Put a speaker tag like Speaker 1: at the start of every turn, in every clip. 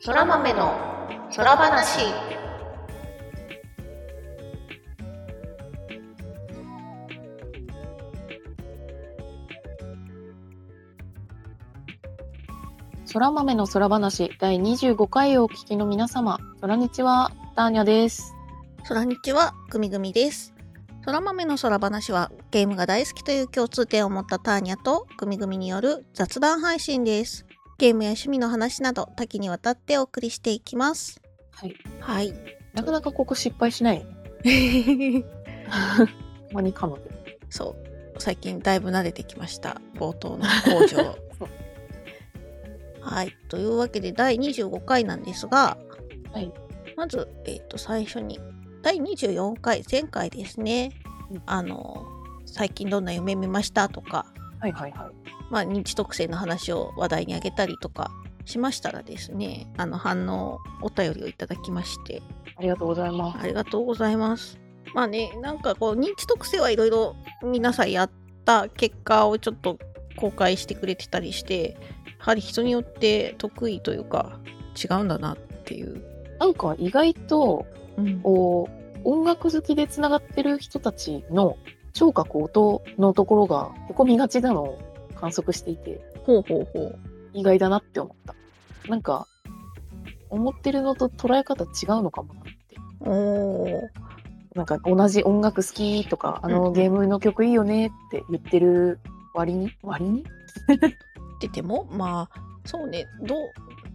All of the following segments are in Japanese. Speaker 1: そら豆の空話
Speaker 2: そら豆の空話第25回をお聞きの皆様、そらにちは、ターニャです。
Speaker 3: 空日はグミグミです。空豆の空話はゲームが大好きという共通点を持ったターニャとグミグミによる雑談配信です。ゲームや趣味の話など多岐にわたってお送りしていきます。
Speaker 2: はい。
Speaker 3: はい。
Speaker 2: なかなかここ失敗しない。た まに噛む。
Speaker 3: そう。最近だいぶ慣れてきました。冒頭の工場
Speaker 2: そう。
Speaker 3: はい。というわけで第25回なんですが、
Speaker 2: はい
Speaker 3: まず、えっ、と、最初に、第24回、前回ですね、
Speaker 2: うん
Speaker 3: あの、最近どんな夢見ましたとか、
Speaker 2: はいはいはい。
Speaker 3: まあ、認知特性の話を話題にあげたりとかしましたらですねあの反応お便りをいただきまして
Speaker 2: ありがとうございます。
Speaker 3: ありがとうございますまあねなんかこう認知特性はいろいろ皆さんやった結果をちょっと公開してくれてたりしてやはり人によって得意というか違うんだなっていう、
Speaker 2: なんか意外と、
Speaker 3: うん
Speaker 2: こう、音楽好きでつながってる人たちの聴覚音のところが、へこみがちなのを観測していて、
Speaker 3: ほうほうほう
Speaker 2: 意外だなって思った。なんか、思ってるのと捉え方違うのかもなって。
Speaker 3: おー
Speaker 2: なんか同じ音楽好きとか、あのゲームの曲いいよねって言ってる割に、割に
Speaker 3: っててもまあそうねどう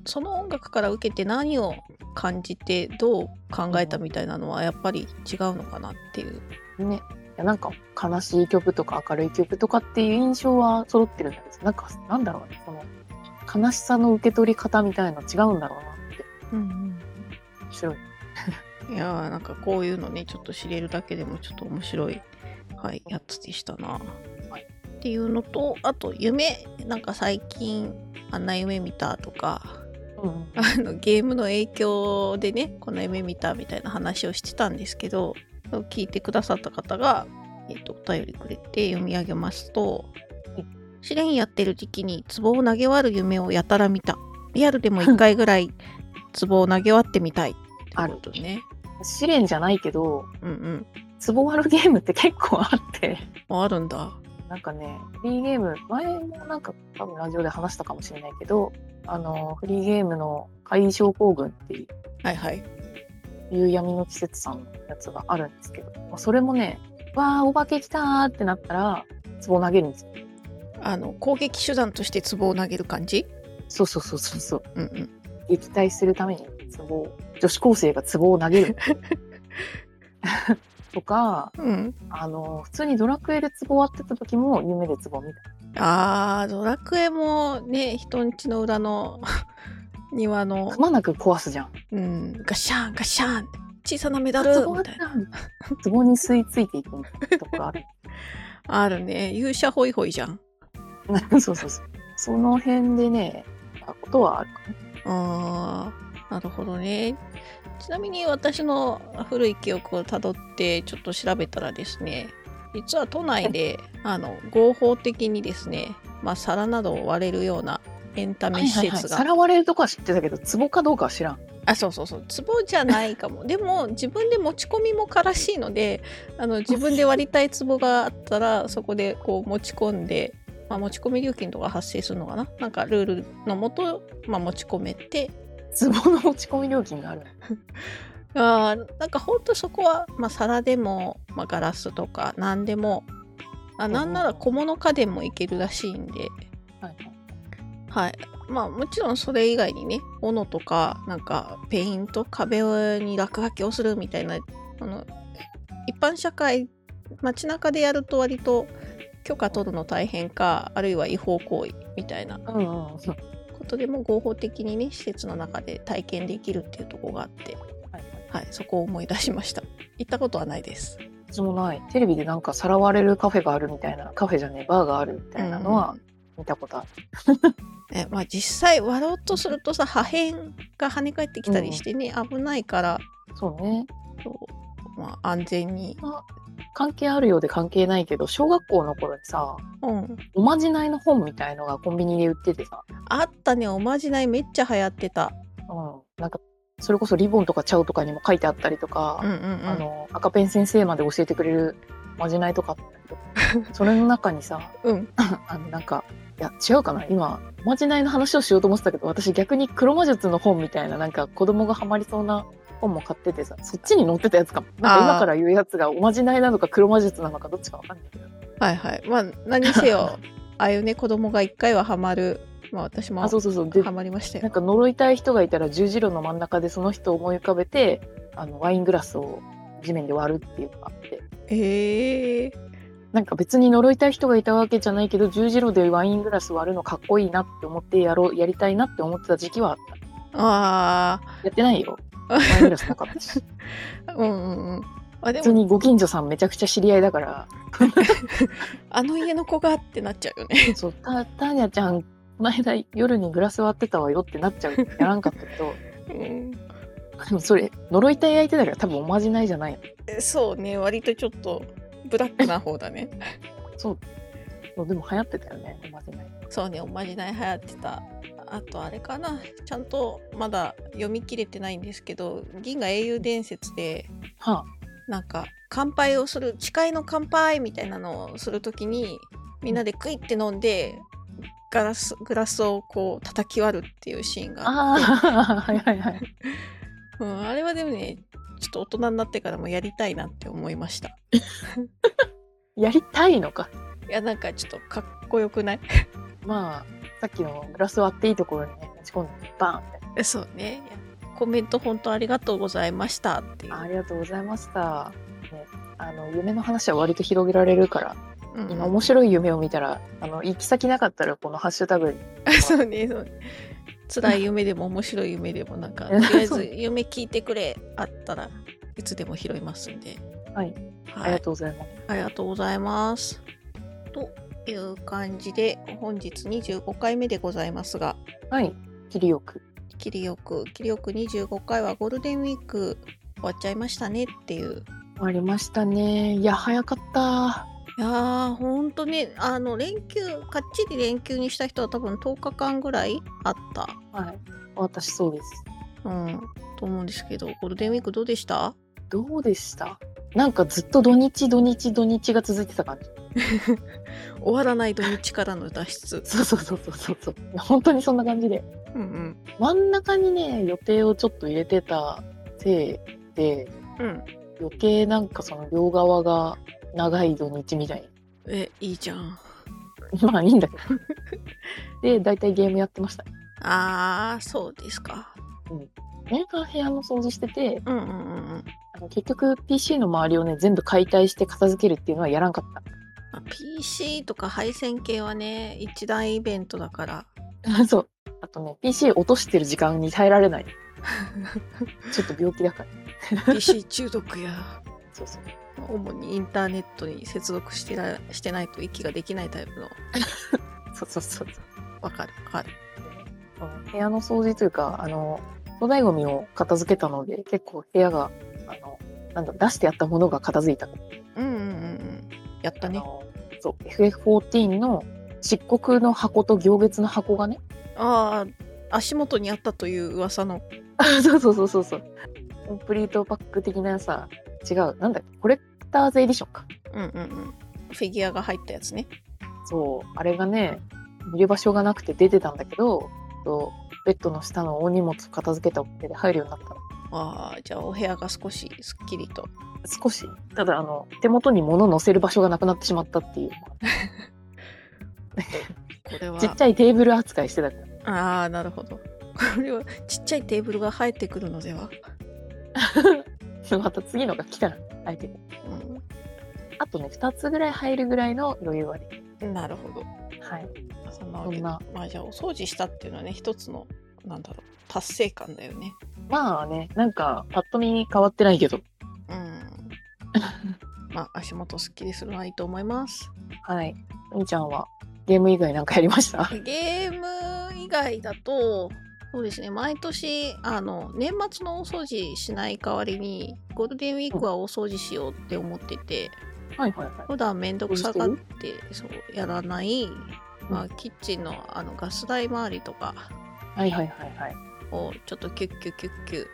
Speaker 3: その音楽から受けて何を感じてどう考えたみたいなのはやっぱり違うのかなっていう
Speaker 2: ね。いやなんか悲しい曲とか明るい曲とかっていう印象は揃ってるんだけど、なんかなんだろうね、その悲しさの受け取り方みたいな違うんだろうなって、
Speaker 3: うん、
Speaker 2: 面白い。
Speaker 3: いやーなんかこういうのねちょっと知れるだけでもちょっと面白い、はい、やつでしたな、
Speaker 2: はい
Speaker 3: っていうのとあと夢なんか最近あんな夢見たとか
Speaker 2: うん。
Speaker 3: あのゲームの影響でねこの夢見たみたいな話をしてたんですけど聞いてくださった方が、えっとお便りくれて読み上げますと
Speaker 2: はい
Speaker 3: 「試練やってる時期に壺を投げ割る夢をやたら見たリアルでも1回ぐ らい壺を投げ割ってみたい」
Speaker 2: あ
Speaker 3: あ
Speaker 2: る
Speaker 3: るとね
Speaker 2: 試練じゃないけど、
Speaker 3: うん
Speaker 2: ツボ割るゲームって結構あって、
Speaker 3: うんああるんだ
Speaker 2: なんかね、フリーゲーム、前もなんか多分ラジオで話したかもしれないけど、あの、フリーゲームの怪異症候群っていう、
Speaker 3: はいはい
Speaker 2: 夕闇の季節さんのやつがあるんですけど、まあそれもね、わあ、お化け来たーってなったら、壺を投げるんですよ。
Speaker 3: あの攻撃手段として壺を投げる感じ
Speaker 2: そうそうそうそうそう。
Speaker 3: うんうん
Speaker 2: 撃退するために壺を、女子高生が壺を投げる。とか、
Speaker 3: うん
Speaker 2: あの、普通にドラクエで壺割ってた時も夢で壺を見た。
Speaker 3: あードラクエもね人んちの裏の 庭の
Speaker 2: くまなく壊すじゃん。
Speaker 3: うん、ガシャンガシャン小さなメダ
Speaker 2: あ
Speaker 3: ル
Speaker 2: 壺あ
Speaker 3: み
Speaker 2: った
Speaker 3: いな。
Speaker 2: 壺に吸い付いていくみたいなとこがある。
Speaker 3: あるね。勇者ホイホイじゃん。
Speaker 2: そうそうそう。その辺でね、あことはあるかな。
Speaker 3: あーなるほどね。ちなみに私の古い記憶をたどってちょっと調べたらですね、実は都内であの合法的にですね、まあ、皿などを割れるようなエンタメ施設が、
Speaker 2: さらわれるとか知ってたけど、壺かどうかは知らん。
Speaker 3: あそうそうそう壺じゃないか もでも自分で持ち込みもからしいのであの自分で割りたい壺があったらそこでこう持ち込んで、まあ、持ち込み料金とか発生するのかななんかルールのもと、まあ、持ち込めて
Speaker 2: 壺の持ち込み料金がある。
Speaker 3: あーなんかほんとそこは、まあ、皿でも、まあ、ガラスとか何でもあなんなら小物家電もいけるらしいんで。
Speaker 2: はい
Speaker 3: はい。まあもちろんそれ以外にね、斧とか、なんかペイント、壁に落書きをするみたいな、あの、一般社会、街中でやると割と許可取るの大変か、あるいは違法行為みたいな
Speaker 2: うんうんうん。はい
Speaker 3: ことでも合法的にね、施設の中で体験できるっていうところがあって、はい、そこを思い出しました。行ったことはないです。
Speaker 2: 私もない。テレビでなんかさらわれるカフェがあるみたいな、カフェじゃねえ、バーがあるみたいなのは見たことある。
Speaker 3: えまあ、実際割ろうとするとさ破片が跳ね返ってきたりしてね、危ないから
Speaker 2: そうね。
Speaker 3: そうまあ、安全に、
Speaker 2: 関係あるようで関係ないけど、小学校の頃にさ、
Speaker 3: うん、
Speaker 2: おまじないの本みたいのがコンビニで売っててさ、
Speaker 3: あったねおまじないめっちゃ流行ってた
Speaker 2: うん、なんかそれこそリボンとかチャウとかにも書いてあったりとか、
Speaker 3: うんうんうん
Speaker 2: あの赤ペン先生まで教えてくれるまじないとかあったりとかそれの中にさ
Speaker 3: うん
Speaker 2: あのなんかいや違うかな今おまじないの話をしようと思ってたけど私逆に黒魔術の本みたいななんか子供がハマりそうな本も買っててさそっちに載ってたやつかもなんか
Speaker 3: あー
Speaker 2: 今から言うやつがおまじないなのか黒魔術なのかどっちかわかんないけど
Speaker 3: はいはいまあ何せよ ああいうね子供が一回はハマるまあ私も
Speaker 2: あそうそうそうで
Speaker 3: ハマりました
Speaker 2: なん
Speaker 3: よ
Speaker 2: か呪いたい人がいたら十字路の真ん中でその人を思い浮かべてあのワイングラスを地面で割るっていうのがあって
Speaker 3: ええ
Speaker 2: なんか別に呪いたい人がいたわけじゃないけど十字路でワイングラス割るのかっこいいなって思ってやろうやりたいなって思ってた時期はあった
Speaker 3: あ
Speaker 2: やってない よワイングラスなかったし
Speaker 3: あうんうんうんあで
Speaker 2: 普通
Speaker 3: も
Speaker 2: にご近所さんめちゃくちゃ知り合いだ から
Speaker 3: あの家の子がってなっちゃうよね
Speaker 2: そうたターニャちゃんこの間夜にグラス割ってたわよってなっちゃうやらんかったけど
Speaker 3: うん
Speaker 2: でもそれ呪いたい相手だから多分おまじないじゃない
Speaker 3: えそうね割とちょっとブラックな方だね
Speaker 2: そうそうでも流行ってたよねおまじない
Speaker 3: そうねおまじない流行ってたあとあれかなちゃんとまだ読み切れてないんですけど「銀河英雄伝説」で
Speaker 2: は
Speaker 3: なんか乾杯をする誓いの乾杯みたいなのをするときにみんなでクイって飲んでガラスグラスをこう叩き割るっていうシーンがあ
Speaker 2: あ
Speaker 3: って
Speaker 2: あー はいはいはい
Speaker 3: うん、あれはでもねちょっと大人になってからもやりたいなって思いましたい
Speaker 2: やりたいのか
Speaker 3: やなんかちょっとかっこよくない
Speaker 2: まあさっきのグラス割っていいところにね持ち込んでバーンって
Speaker 3: そうねいやコメント本当ありがとうございましたっていう、
Speaker 2: ありがとうございました。ね、あの夢の話は割と広げられるから、
Speaker 3: うん
Speaker 2: 今面白い夢を見たら、あの行き先なかったらこのハッシュタグに
Speaker 3: そうねそうね辛い夢でも面白い夢でも なんかとりあえず夢聞いてくれあったらいつでも拾いますんで
Speaker 2: はい、あ
Speaker 3: は
Speaker 2: り
Speaker 3: い
Speaker 2: が、とうございます。
Speaker 3: ありがとうございます。という感じで本日25回目でございますが
Speaker 2: はい、切りよく。
Speaker 3: 切りよく切りよく25回はゴールデンウィーク終わっちゃいましたねっていう
Speaker 2: 終わりましたね。いや早かった。
Speaker 3: いやーほんとねあの連休かっちり連休にした人は多分10日間ぐらいあった、
Speaker 2: はい、私そうです。
Speaker 3: うん、と思うんですけどゴールデンウィークどうでした
Speaker 2: どうでした？なんかずっと土日土日土日が続いてた感じ。
Speaker 3: 終わらない土日からの脱出
Speaker 2: そうそうそうそうそうそう。いや本当にそんな感じで。
Speaker 3: うん
Speaker 2: 真ん中にね予定をちょっと入れてたせいで。
Speaker 3: うんうん
Speaker 2: 余計なんかその両側が長い土日みたい
Speaker 3: えいいじゃん
Speaker 2: に まあいいんだけどで大体ゲームやってました
Speaker 3: あーそうですか
Speaker 2: 年間部屋の掃除してて
Speaker 3: うんうんうんうん
Speaker 2: あの結局 PC の周りをね全部解体して片付けるっていうのはやらんかっ
Speaker 3: まあ PC とか配線系はね一大イベントだから
Speaker 2: た そうあとね PC 落としてる時間に耐えられないちょっと病気だから
Speaker 3: PC 中毒や
Speaker 2: そうそう
Speaker 3: 主にインターネットに接続してらしてないと息ができないタイプの
Speaker 2: そうそうそうそう
Speaker 3: わかるわかる
Speaker 2: あの部屋の掃除というかあの粗大ごみを片付けたので結構部屋があのなんだ出してやったものが片付いた
Speaker 3: うんうんうんうんやった
Speaker 2: あ
Speaker 3: ね
Speaker 2: のそう FF14 の漆黒の箱と行月の箱がね
Speaker 3: ああ足元にあったという噂の
Speaker 2: そうそうそうそうそうコンプリートパック的なさ違うなんだっけコレクターズエディションか
Speaker 3: うんうんうんフィギュアが入ったやつね
Speaker 2: そうあれがね見る場所がなくて出てたんだけどそうベッドの下の大荷物片付けたおかげで入るようになったの
Speaker 3: ああじゃあお部屋が少しすっきりと
Speaker 2: 少しただあの手元に物載せる場所がなくなってしまったっていう
Speaker 3: これは
Speaker 2: ちっちゃいテーブル扱いしてたから
Speaker 3: ああなるほどこれはちっちゃいテーブルが生えてくるのでは、
Speaker 2: また次のが来たら相手
Speaker 3: う
Speaker 2: あとね2つぐらい入るぐらいの余裕はできる
Speaker 3: ん、なるほど
Speaker 2: はい
Speaker 3: そんなわけ
Speaker 2: そ
Speaker 3: で
Speaker 2: んな
Speaker 3: まあじゃあお掃除したっていうのはね一つのなんだろう達成感だよね
Speaker 2: まあね、なんかパッと見変わってないけど。
Speaker 3: うんまあ足元すっきりするのはいいと思います
Speaker 2: はい。みーちゃんはゲーム以外なんかやりました
Speaker 3: ゲーム以外だとそうですね毎年あの年末の大掃除しない代わりにゴールデンウィークは大掃除しようって思ってて
Speaker 2: はいはいはい。
Speaker 3: 普段めんどくさがってそうやらない、まあ、キッチンのあのガス台周りとか
Speaker 2: はいはいはいはい。
Speaker 3: をちょっとキュッキュッキュッキュ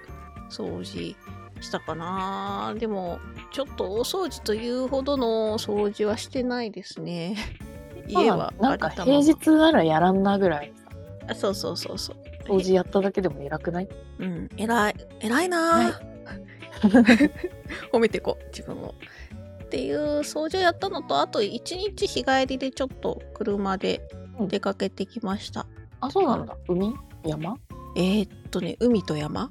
Speaker 3: 掃除したかなでもちょっとお掃除というほどの掃除はしてないですね家は
Speaker 2: まあなんか
Speaker 3: ありたま
Speaker 2: 平
Speaker 3: ま
Speaker 2: 日ならやらんなぐらいさ
Speaker 3: あそうそうそうそう
Speaker 2: 掃除やっただけでも偉くない
Speaker 3: うん、偉い、偉いなあ 褒めてこう、自分を。っていう掃除をやったのと、あと一日日帰りでちょっと車で出かけてきました。
Speaker 2: あそうなんだ海山
Speaker 3: えー、っとね、海と山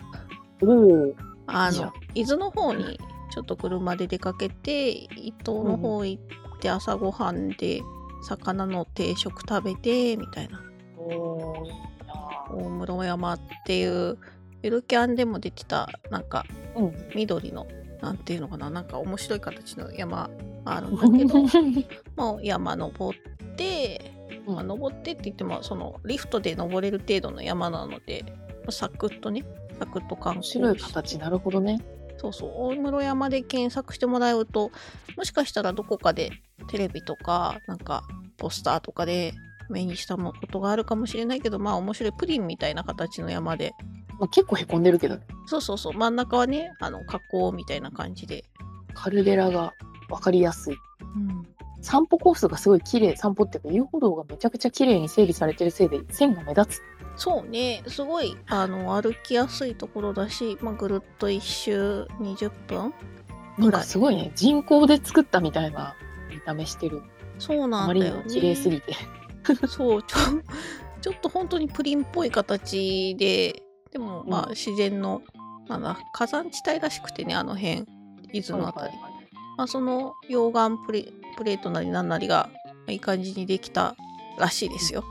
Speaker 2: うん
Speaker 3: あ
Speaker 2: じゃ
Speaker 3: の
Speaker 2: あ、
Speaker 3: 伊豆の方にちょっと車で出かけて、伊東の方行って朝ごはんで魚の定食食べて、みたいな。
Speaker 2: おーいいな
Speaker 3: 大室山っていう、ゆるキャンでも出てた、なんか、
Speaker 2: うん
Speaker 3: 緑のなんていうのかななんか面白い形の山あるんだけ どまあ山登って、まあ、登ってって言ってもそのリフトで登れる程度の山なのでまあサクッとねサクッと観
Speaker 2: 面
Speaker 3: 光し
Speaker 2: 白い形なるほどね
Speaker 3: そうそう大室山で検索してもらうともしかしたらどこかでテレビとかなんかポスターとかで目にしたもことがあるかもしれないけどまあ面白いプリンみたいな形の山で
Speaker 2: まあ、結構へこんでるけどね
Speaker 3: そうそうそう真ん中はねあの河口みたいな感じで、
Speaker 2: カルデラが分かりやすい
Speaker 3: うん、
Speaker 2: 散歩コースがすごい綺麗散歩っていうか遊歩道がめちゃくちゃ綺麗に整備されてるせいで線が目立つ
Speaker 3: そうね、すごいあの歩きやすいところだし、まあ、ぐるっと一周20分
Speaker 2: なんかすごいね人工で作ったみたいな見た目してる
Speaker 3: そう
Speaker 2: あ
Speaker 3: な
Speaker 2: ま
Speaker 3: ん
Speaker 2: り
Speaker 3: だ
Speaker 2: に
Speaker 3: よね
Speaker 2: も。綺麗すぎて
Speaker 3: そうちょ、ちょっと本当にプリンっぽい形で、でもま
Speaker 2: う
Speaker 3: あ自然の、なんだ、火山地帯らしくてね、あの辺、伊豆のあた り。まあ、その溶岩プレプレートなりなんなりがいい感じにできたらしいですよ。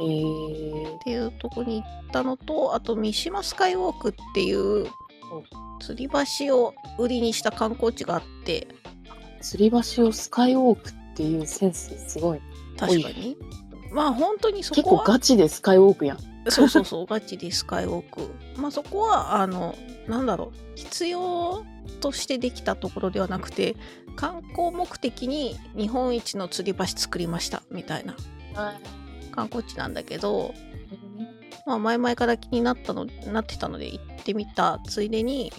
Speaker 2: えー
Speaker 3: っ、ていうとこに行ったのとあと三島スカイウォークっていう吊り橋を売りにした観光地があって
Speaker 2: 吊り橋をスカイウォークっていうセンスすごい
Speaker 3: 確かにまあ本当にそ
Speaker 2: 結
Speaker 3: こ
Speaker 2: 構
Speaker 3: は
Speaker 2: ガチでスカイウォークやん
Speaker 3: そうそうそうガチでスカイウォークまあそこはあのなんだろう必要としてできたところではなくて観光目的に日本一の吊り橋作りましたみたいな観光地なんだけどまあ、前々から気になったのなってたので行ってみたついでに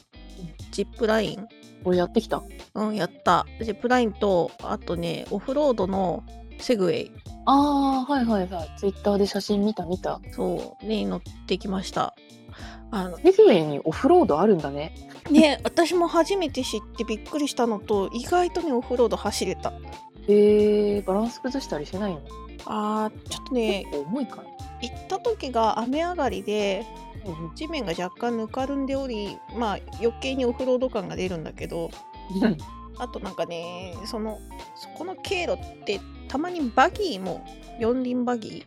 Speaker 3: ジップライン、
Speaker 2: これやってきた
Speaker 3: うん、やったジップラインとあとねオフロードのセグウェイ
Speaker 2: あーはいはいはいツイッターで写真見た見た
Speaker 3: そうに乗ってきましたあの
Speaker 2: レグウェイにオフロードあるんだね
Speaker 3: ね私も初めて知ってびっくりしたのと意外とねオフロード走れた
Speaker 2: えー、バランス崩したりしないの
Speaker 3: あーちょっと ね
Speaker 2: 結構重いから
Speaker 3: 行った時が雨上がりで
Speaker 2: うんうん
Speaker 3: 地面が若干ぬかるんでおりまあ余計にオフロード感が出るんだけどあとなんかねそのそこの経路ってたまにバギーも四輪バギ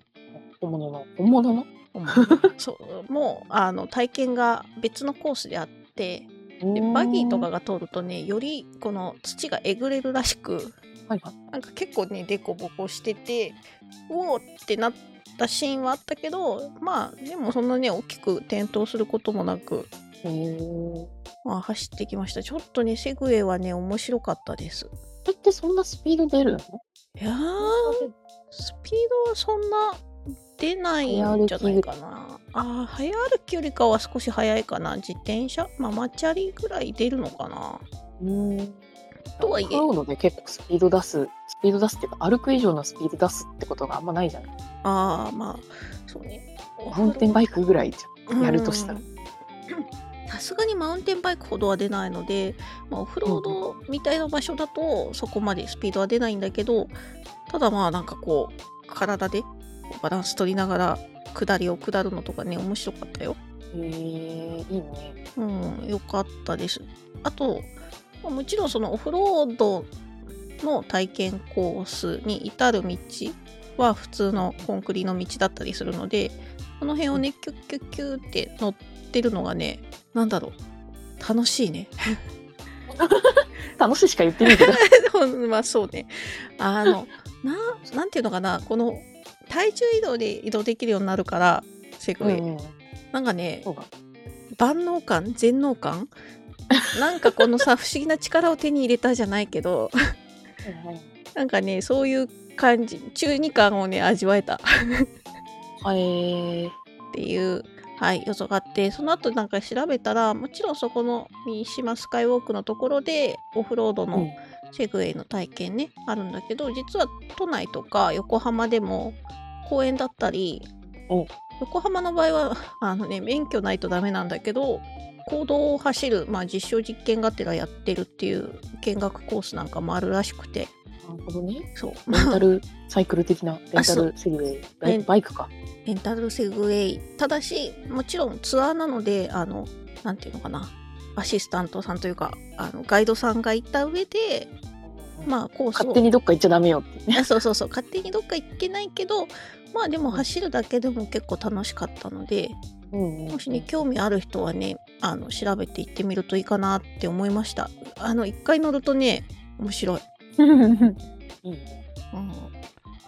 Speaker 2: 本物の本物の
Speaker 3: ーそうもうあの体験が別のコースであってでバギーとかが
Speaker 2: が、
Speaker 3: 通るとねよりこの土がえぐれるらしく
Speaker 2: はいはい
Speaker 3: なんか結構ねデコボコしててうおーってなったシーンはあったけどまあでもそんなね大きく転倒することもなく、
Speaker 2: へー
Speaker 3: まあ、走ってきましたちょっとねセグウェイはね面白かったです
Speaker 2: それってそんなスピード出るの
Speaker 3: いやースピードはそんな出ないんじゃないかな。あー早歩きよりかは少し早いかな。自転車、ママチャリぐらい出るのかな。
Speaker 2: うん
Speaker 3: とはいえ
Speaker 2: クラウドで結構スピード出すスピード出すっていうか歩く以上のスピード出すってことがあんまないじゃない
Speaker 3: ああ、まあ、そうね。
Speaker 2: マウンテンバイクぐらいじゃんやるとしたら
Speaker 3: うんさすがにマウンテンバイクほどは出ないので、まあ、オフロードみたいな場所だとそこまでスピードは出ないんだけどただまあなんかこう体でバランス取りながら下りを下るのとかね面白かったよ。
Speaker 2: へえいいね
Speaker 3: うん、よかったです。あと、まあもちろんそのオフロードの体験コースに至る道は普通のコンクリの道だったりするので、この辺をね、キュッキュッキュッって乗ってるのがね、なんだろう、楽しいね。
Speaker 2: 楽しいしか言ってないけど
Speaker 3: まあそうね。あの、 な、なんていうのかな、この体重移動で移動できるようになるから、セグウ
Speaker 2: う
Speaker 3: ェイ。
Speaker 2: んうん
Speaker 3: なんかね
Speaker 2: そ、うか
Speaker 3: 万能感全能感なんかこのさ不思議な力を手に入れたじゃないけど なんかねそういう感じ中二感をね味わえたっ
Speaker 2: はいはいへえ
Speaker 3: ていうはい、よそがあってその後なんか調べたらもちろんそこの三島スカイウォークのところでオフロード
Speaker 2: う
Speaker 3: の
Speaker 2: ん
Speaker 3: セグウェイの体験ね、あるんだけど実は都内とか横浜でも公園だったり
Speaker 2: お
Speaker 3: 横浜の場合はあのね免許ないとダメなんだけど公道を走る、まあ、実証実験がてらやってるっていう見学コースなんかもあるらしくて
Speaker 2: なるほどね。
Speaker 3: そう
Speaker 2: レンタルサイクル 的なレン
Speaker 3: あ
Speaker 2: タ
Speaker 3: そう
Speaker 2: ルセグウェイバ
Speaker 3: レ
Speaker 2: イ
Speaker 3: ン
Speaker 2: バイクか。
Speaker 3: レンタルセグウェイただしもちろんツアーなのであのなんていうのかなアシスタントさんというかあのガイドさんがいた上でまあコース
Speaker 2: 勝手
Speaker 3: を
Speaker 2: にどっか行っちゃダメよっていうね。
Speaker 3: あそうそうそう勝手にどっか行けないけどまあでも走るだけでも結構楽しかったので
Speaker 2: うんうん
Speaker 3: もしね興味ある人はねあの調べて行ってみるといいかなって思いましたあの一回乗るとね面白い、
Speaker 2: いいね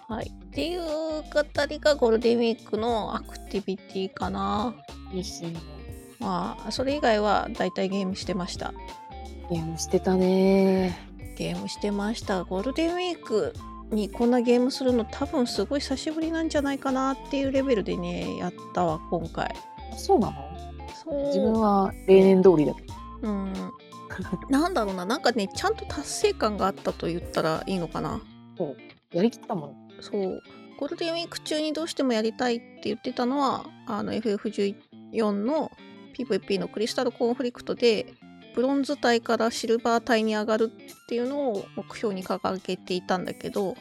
Speaker 3: はいっていう語りがゴールデンウィークのアクティビティかない
Speaker 2: いっすね。
Speaker 3: まあそれ以外はだいたいゲームしてました
Speaker 2: ゲームしてたね。
Speaker 3: ゲームしてましたゴールデンウィークにこんなゲームするの多分すごい久しぶりなんじゃないかなっていうレベルでねやったわ今回
Speaker 2: そうなの
Speaker 3: そう
Speaker 2: 自分は例年通りだけ
Speaker 3: う
Speaker 2: ど。
Speaker 3: んなんだろうななんかねちゃんと達成感があったと言ったらいいのかな
Speaker 2: やりきったもん。
Speaker 3: そうゴールデンウィーク中にどうしてもやりたいって言ってたのはあの FF14 の PVP のクリスタルコンフリクトでブロンズ帯からシルバー帯に上がるっていうのを目標に掲げていたんだけど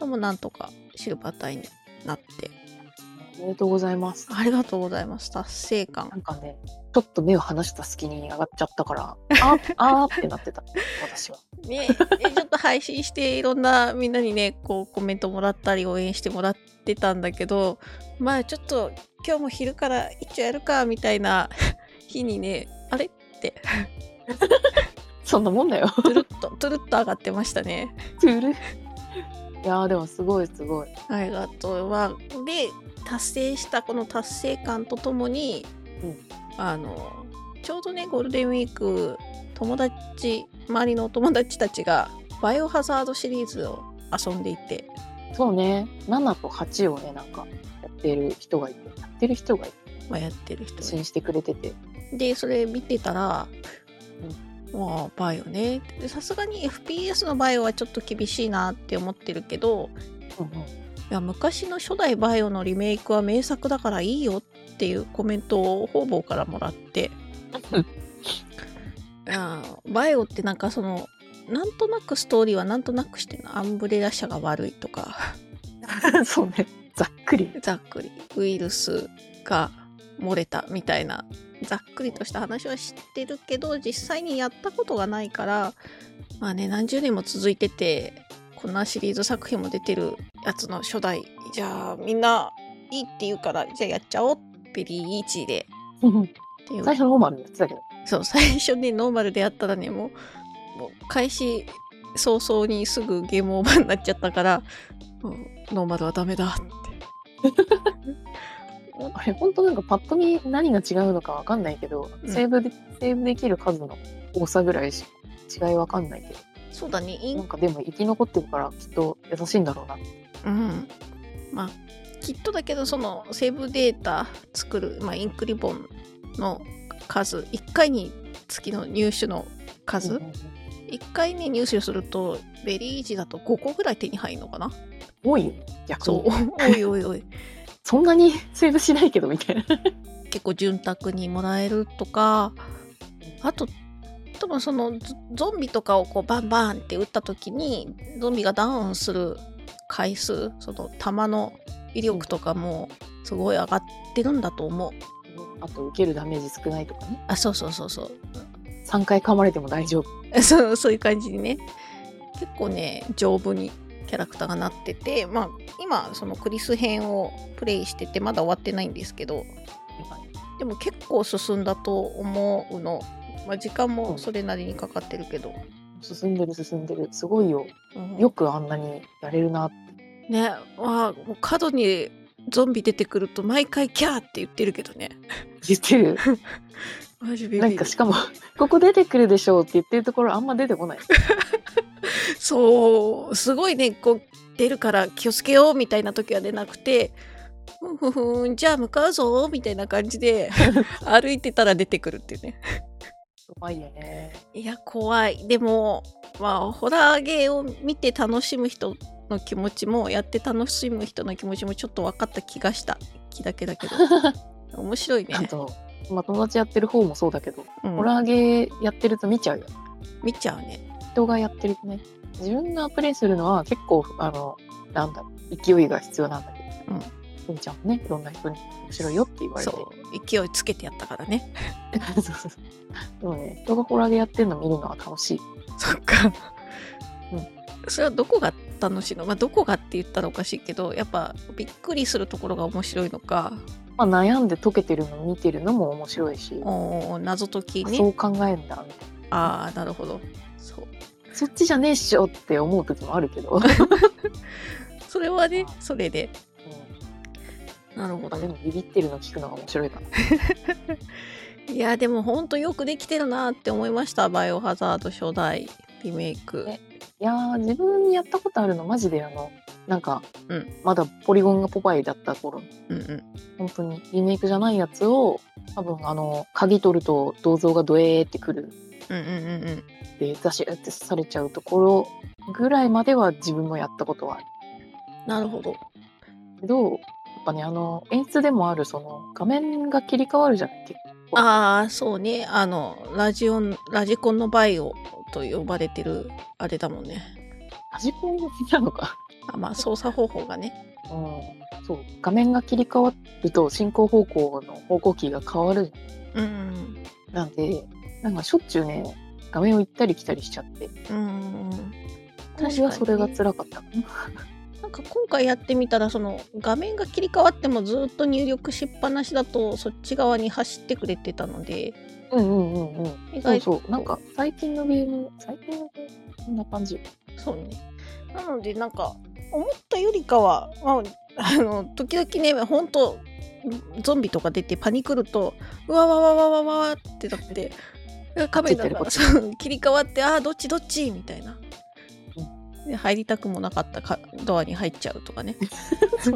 Speaker 3: でもなんとかシルバー帯になって
Speaker 2: おめでとうございます。
Speaker 3: ありがとうございます達成感
Speaker 2: なんかね、ちょっと目を離した隙に上がっちゃったから、ああーってなってた、私は。
Speaker 3: ね、えちょっと配信していろんなみんなにねこうコメントもらったり応援してもらってたんだけどまあちょっと今日も昼から一応やるかみたいな 日にねあれ
Speaker 2: そんなもんだよ。
Speaker 3: トゥルッとトゥルッと上がってましたね
Speaker 2: トゥルいやーでもすごいすごい。
Speaker 3: ありがとうはで達成したこの達成感とともに、
Speaker 2: うん
Speaker 3: あのちょうどねゴールデンウィーク友達周りのお友達たちがバイオハザードシリーズを遊んでいて
Speaker 2: そうね、7と8をね、なんかやってる人がいて、やってる人がいて、
Speaker 3: まあやってる人
Speaker 2: 発
Speaker 3: に
Speaker 2: 信してくれてて、
Speaker 3: でそれ見てたら、まあバイオねでさすがに FPS のバイオはちょっと厳しいなって思ってるけど
Speaker 2: うんうん、
Speaker 3: いや昔の初代バイオのリメイクは名作だからいいよっていうコメントを方々からもらって
Speaker 2: うん
Speaker 3: あーバイオってなんかそのなんとなくストーリーはなんとなくしてるのアンブレラ社が悪いとか
Speaker 2: そうね、ざっくり。
Speaker 3: ざっくりウイルスが漏れたみたいなざっくりとした話は知ってるけど実際にやったことがないからまあね何十年も続いててこんなシリーズ作品も出てるやつの初代じゃあみんないいって言うからじゃあやっちゃおうペリーイーチーでっていう
Speaker 2: 最初の方もあるんですだけど、
Speaker 3: そう最初ねノーマルでやったらねもうもう開始早々にすぐゲームオーバーになっちゃったからもうノーマルはダメだって
Speaker 2: あれ、本当なんかパッと見何が違うのかわかんないけど、
Speaker 3: うん
Speaker 2: セーブで、セーブできる数の多さぐらいしか違いわかんないけど、
Speaker 3: そうだねイン
Speaker 2: なんかでも生き残ってるからきっと優しいんだろうな。
Speaker 3: うん、まあきっとだけどそのセーブデータ作る、まあ、インクリボンの数1回につきの入手の数、
Speaker 2: うんうんうん
Speaker 3: 1回に入手するとベリーイージだと5個ぐらい手に入るのかな
Speaker 2: 多いよ、逆
Speaker 3: そう
Speaker 2: に。
Speaker 3: おいおいおい
Speaker 2: そんなにセーブしないけどみたいな。
Speaker 3: 結構潤沢にもらえるとかあと多分そのゾゾンビとかをこうバンバンって撃った時にゾンビがダウンする回数その弾の威力とかもすごい上がってるんだと思う
Speaker 2: あと受けるダメージ少ないとかね。
Speaker 3: あそうそうそうそう
Speaker 2: 3回噛まれても大丈夫。
Speaker 3: そう そういう感じにね結構ね丈夫にキャラクターがなっててまあ今そのクリス編をプレイしててまだ終わってないんですけどでも結構進んだと思うの、まあ、時間もそれなりにかかってるけど、
Speaker 2: 進んでる進んでる。すごいよ。
Speaker 3: うん
Speaker 2: よくあんなにやれるな。
Speaker 3: ねわあもう角にゾンビ出てくると毎回キャーって言ってるけどね
Speaker 2: 言って る。
Speaker 3: マジビビ
Speaker 2: な
Speaker 3: る
Speaker 2: んかしかも、ここ出てくるでしょうって言ってるところあんま出てこない。
Speaker 3: そうすごいねこう出るから気をつけようみたいな時は出なくてふんふんふんじゃあ向かうぞみたいな感じ で歩いてたら出てくるっていうね
Speaker 2: 怖いよ ね。
Speaker 3: いや怖いでもまあホラーゲーを見て楽しむ人の気持ちもやって楽しむ人の気持ちもちょっと分かった気がした気だけだ けど面白いね
Speaker 2: あと、まあ、友達やってる方もそうだけど、
Speaker 3: うん
Speaker 2: ホラーゲーやってると見ちゃうよ。
Speaker 3: 見ちゃうね
Speaker 2: 人がやってるとね。自分がプレイするのは結構、あの、なんだろう、勢いが必要なんだけど。
Speaker 3: うん。
Speaker 2: ふんちゃんもね、いろんな人に面白いよって言われて。
Speaker 3: そう勢いつけてやったからね
Speaker 2: そうそうそうでもね、人がホラーゲーやってるの見るのは楽しい。
Speaker 3: そっか
Speaker 2: う
Speaker 3: それはどこが楽しいのまあどこがって言ったらおかしいけどやっぱびっくりするところが面白いのか
Speaker 2: まあ、悩んで解けてるの見てるのも面白いし、
Speaker 3: おー謎解き
Speaker 2: あ
Speaker 3: ね
Speaker 2: そう考えるんだみたい
Speaker 3: ああなるほどそう
Speaker 2: な。そっちじゃねえっしょって思う時もあるけど。
Speaker 3: それはねそれでなるほ
Speaker 2: ま
Speaker 3: ど
Speaker 2: あ、でもビビってるの聞くのが面白いかな。
Speaker 3: いやでもほんとよくできてるなって思いました「バイオハザード初代リメイク
Speaker 2: ね」いやー自分やったことあるのマジであのなんか、
Speaker 3: うん
Speaker 2: まだポリゴンがポパイだった頃
Speaker 3: うんうん
Speaker 2: 本当にリメイクじゃないやつを多分あの鍵取ると銅像がドエーってくる
Speaker 3: うんうんうんうん
Speaker 2: でザシュって刺されちゃうところぐらいまでは自分もやったことはある
Speaker 3: なるほど
Speaker 2: けどやっぱねあの演出でもあるその画面が切り替わるじゃない結構
Speaker 3: ああそうねあのラジオンラジコンのバイオと呼ばれてるあれだもんね
Speaker 2: 端っこなのか、
Speaker 3: あまあ操作方法がね
Speaker 2: うん、そう画面が切り替わると進行方向の方向キーが変わるじゃん
Speaker 3: うん
Speaker 2: なんで、なんかしょっちゅうね、画面を行ったり来たりしちゃって、
Speaker 3: うんうん
Speaker 2: 私はそれが
Speaker 3: 確かにね
Speaker 2: 辛かったかな。
Speaker 3: なんか今回やってみたらその画面が切り替わってもずっと入力しっぱなしだとそっち側に走ってくれてたので
Speaker 2: うんうんうんうん。
Speaker 3: 意
Speaker 2: そう
Speaker 3: 外と
Speaker 2: そう、なんか最近のゲーム、最近のゲーム、こんな感じ。
Speaker 3: そうねなのでなんか思ったよりかは、まあ、あの時々ね本当ゾンビとか出てパニクるとうわわわわわわわってなってカメラ
Speaker 2: こ
Speaker 3: が
Speaker 2: っち
Speaker 3: そう切り替わってああどっちどっちみたいな。で入りたくもなかったかドアに入っちゃうとかね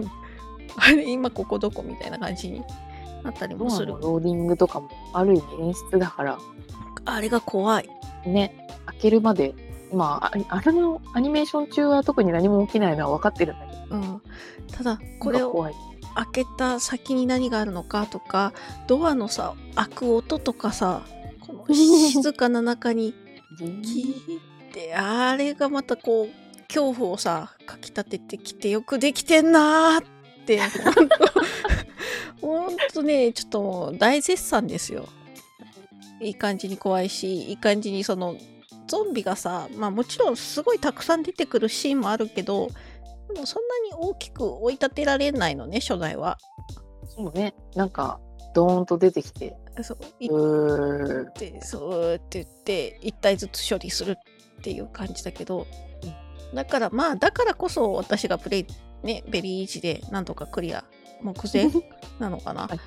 Speaker 3: あれ今ここどこみたいな感じになったり
Speaker 2: ド
Speaker 3: も
Speaker 2: ア
Speaker 3: する
Speaker 2: のローディングとかも、ある意味演出だから、
Speaker 3: あれが怖い
Speaker 2: ね、開けるまで、まあ、ああれのアニメーション中は特に何も起きないのは分かってるんだけど、
Speaker 3: うん、ただこれ
Speaker 2: なんか
Speaker 3: を
Speaker 2: 怖い。
Speaker 3: 開けた先に何があるのかとかドアのさ開く音とかさこの静かな中に聞いてあれがまたこう恐怖をさかきたててきてよくできてんなーって 本当ほんとねちょっともう大絶賛ですよ。いい感じに怖いしいい感じにそのゾンビがさ、まあ、もちろんすごいたくさん出てくるシーンもあるけどでもそんなに大きく追い立てられないのね初代は。
Speaker 2: そうね、なんか、ドーンと出てきて、
Speaker 3: そう
Speaker 2: う
Speaker 3: いっ
Speaker 2: ーん
Speaker 3: てそうって言って1体ずつ処理するっていう感じだけど、だからまあだからこそ私がプレイねベリーイージで何とかクリア目前なのかな、
Speaker 2: はい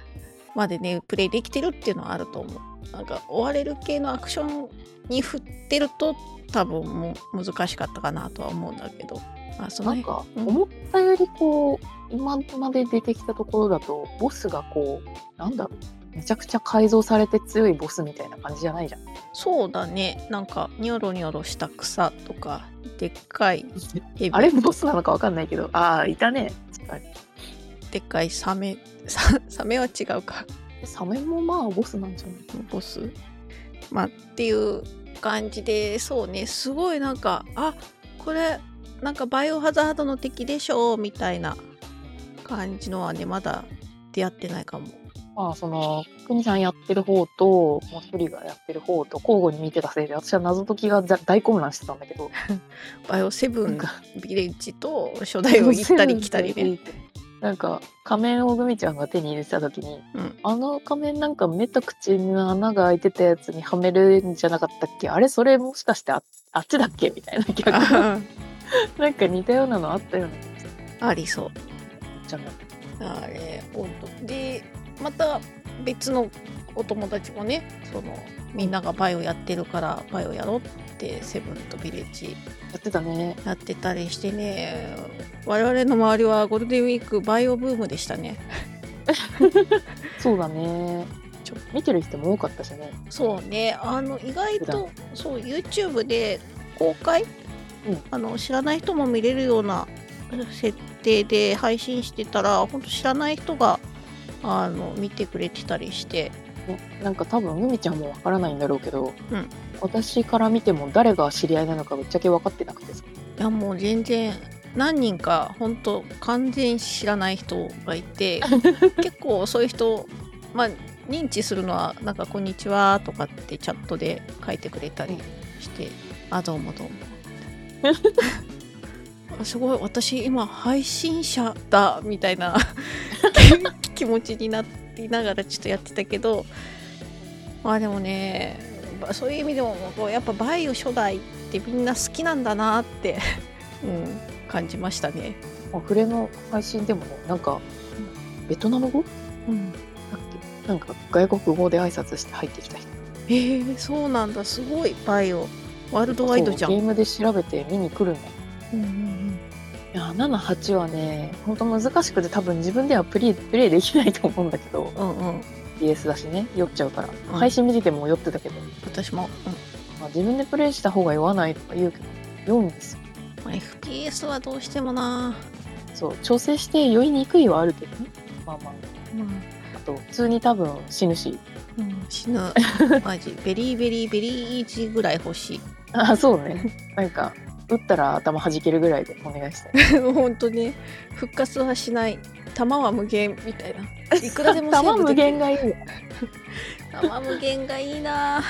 Speaker 3: までねプレイできてるっていうのはあると思うなんか追われる系のアクションに振ってると多分もう難しかったかなとは思うんだけど、まあ、その
Speaker 2: なん
Speaker 3: 辺
Speaker 2: か
Speaker 3: うん
Speaker 2: 思ったよりこう今まで出てきたところだとボスがこうなんだろうめちゃくちゃ改造されて強いボスみたいな感じじゃない じゃん。
Speaker 3: そうだねなんかニョロニョロした草とかでっかいヘビ
Speaker 2: あれボスなのかわかんないけどああいたね。近い
Speaker 3: でっかいサメ ササメは違うか
Speaker 2: サメもまあボスなんじゃない
Speaker 3: ボスまあっていう感じでそうねすごいなんかあこれなんかバイオハザードの敵でしょみたいな感じのはねまだ出会ってないかも
Speaker 2: まあそのくにさんやってる方ともう一人がやってる方と交互に見てたせいで私は謎解きがざ大混乱してたんだけど
Speaker 3: バイオセブ
Speaker 2: なん
Speaker 3: ン
Speaker 2: か
Speaker 3: ビレッジと初代を行ったり来たりね。
Speaker 2: なんか仮面をグミちゃんが手に入れてた時に、
Speaker 3: うん
Speaker 2: あの仮面なんか目と口の穴が開いてたやつにはめるんじゃなかったっけあれそれもしかしてああっちだっけみたい な逆に
Speaker 3: あ
Speaker 2: なんか似たようなのあったような気がする
Speaker 3: ーありそう
Speaker 2: じゃない
Speaker 3: あれほんとでまた別のお友達もねそのみんながバイオやってるからバイオやろうってセブンとビレッジ
Speaker 2: やってたね
Speaker 3: やってたりしてね我々の周りはゴールデンウィークバイオブームでしたね
Speaker 2: そうだねちょ見てる人も多かったしね
Speaker 3: そうねあの意外とそう YouTube で公開、
Speaker 2: うん
Speaker 3: あの知らない人も見れるような設定で配信してたら本当知らない人があの見てくれてたりして
Speaker 2: ねなんか多分海ちゃんもわからないんだろうけど、
Speaker 3: うん
Speaker 2: 私から見ても誰が知り合いなのかぶっちゃけ分かってなくてさ
Speaker 3: いやもう全然何人か本当完全に知らない人がいて結構そういう人まあ認知するのはなんか「こんにちは」とかってチャットで書いてくれたりして「あどうもどうも」あすごい私今配信者だみたいな気持ちになりながらちょっとやってたけどまあでもねばそういう意味でもこうやっぱバイオ初代ってみんな好きなんだなって、うん、感じましたね。
Speaker 2: アフレの配信でもねなんかベトナム語
Speaker 3: うん、
Speaker 2: だっけなんか外国語で挨拶して入ってきた人
Speaker 3: えー、そうなんだすごいバイオワールドワイドじゃん。
Speaker 2: そううゲームで調べて見に来るんだよ
Speaker 3: んうんうん
Speaker 2: いや78はねほんと難しくて多分自分ではプレイプレイできないと思うんだけど
Speaker 3: うんうん
Speaker 2: BS だしね酔っちゃうから、配信見てても酔ってたけど、
Speaker 3: 私も、うん
Speaker 2: まあ、自分でプレイした方が酔わないとか言うけど酔うんですよ
Speaker 3: まあ FPS はどうしてもな、
Speaker 2: そう調整して酔いにくいはあるけどねまあまあ
Speaker 3: まあ
Speaker 2: あと普通に多分死ぬし
Speaker 3: うん、死ぬマジ ベリーベリーベリーイージーぐらい欲しい
Speaker 2: あそうねなんか打ったら頭弾けるぐらいでお願いしたい
Speaker 3: 本当ね復活はしない弾は無限みたい ないくらでもセー
Speaker 2: 弾
Speaker 3: ブで
Speaker 2: 無
Speaker 3: き
Speaker 2: 限
Speaker 3: る
Speaker 2: がいいよ
Speaker 3: 弾無限がいいな